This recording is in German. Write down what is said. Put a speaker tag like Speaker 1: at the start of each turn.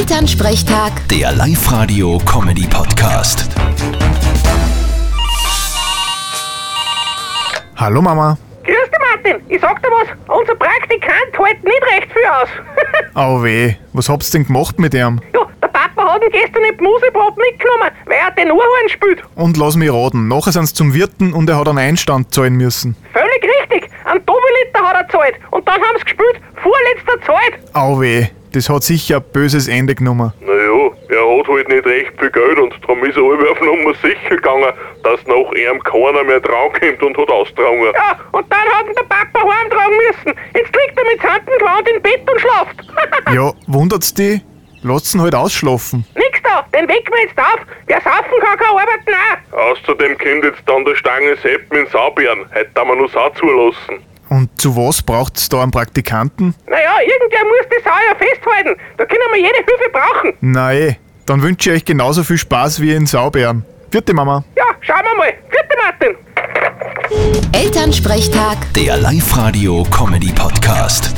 Speaker 1: Elternsprechtag,
Speaker 2: Der Live-Radio-Comedy-Podcast.
Speaker 3: Hallo Mama.
Speaker 4: Grüß dich, Martin. Ich sag dir was, unser Praktikant hält nicht recht viel aus.
Speaker 3: Au weh, was habt's denn gemacht mit ihm?
Speaker 4: ja, der Papa hat ihn gestern in die Musikprobe mitgenommen, weil er den Urhorn spielt.
Speaker 3: Und lass mich raten, nachher sind's zum Wirten und er hat einen Einstand zahlen müssen.
Speaker 4: Völlig richtig. Ein Doppelliter hat er gezahlt. Und dann haben sie gespielt, vorletzter Zeit.
Speaker 3: Au weh, das hat sicher ein böses Ende genommen.
Speaker 5: Naja, er hat halt nicht recht viel Geld und darum ist er alle auf Nummer sicher gegangen, dass nach ihm keiner mehr drankommt und hat ausgedrungen.
Speaker 4: Ja, und dann hat ihn der Papa heimtragen müssen. Jetzt liegt er mit Sandenquant im Bett und schlaft.
Speaker 3: Ja, wundert's dich? Lasst's ihn halt ausschlafen.
Speaker 4: Nix da, den wecken wir jetzt auf. Wer saufen kann, kann arbeiten auch.
Speaker 5: Außerdem kommt jetzt dann der Stange Sepp mit Saubären. Heute darf man nur Sau zulassen.
Speaker 3: Und zu was braucht's da einen Praktikanten?
Speaker 4: Naja, irgendwer muss die Sau ja festhalten. Da können wir jede Hilfe brauchen.
Speaker 3: Nein, eh, dann wünsche ich euch genauso viel Spaß wie in Saubären. Vierte Mama.
Speaker 4: Ja, schauen wir mal. Vierte Martin.
Speaker 1: Elternsprechtag.
Speaker 2: Der Live-Radio-Comedy-Podcast.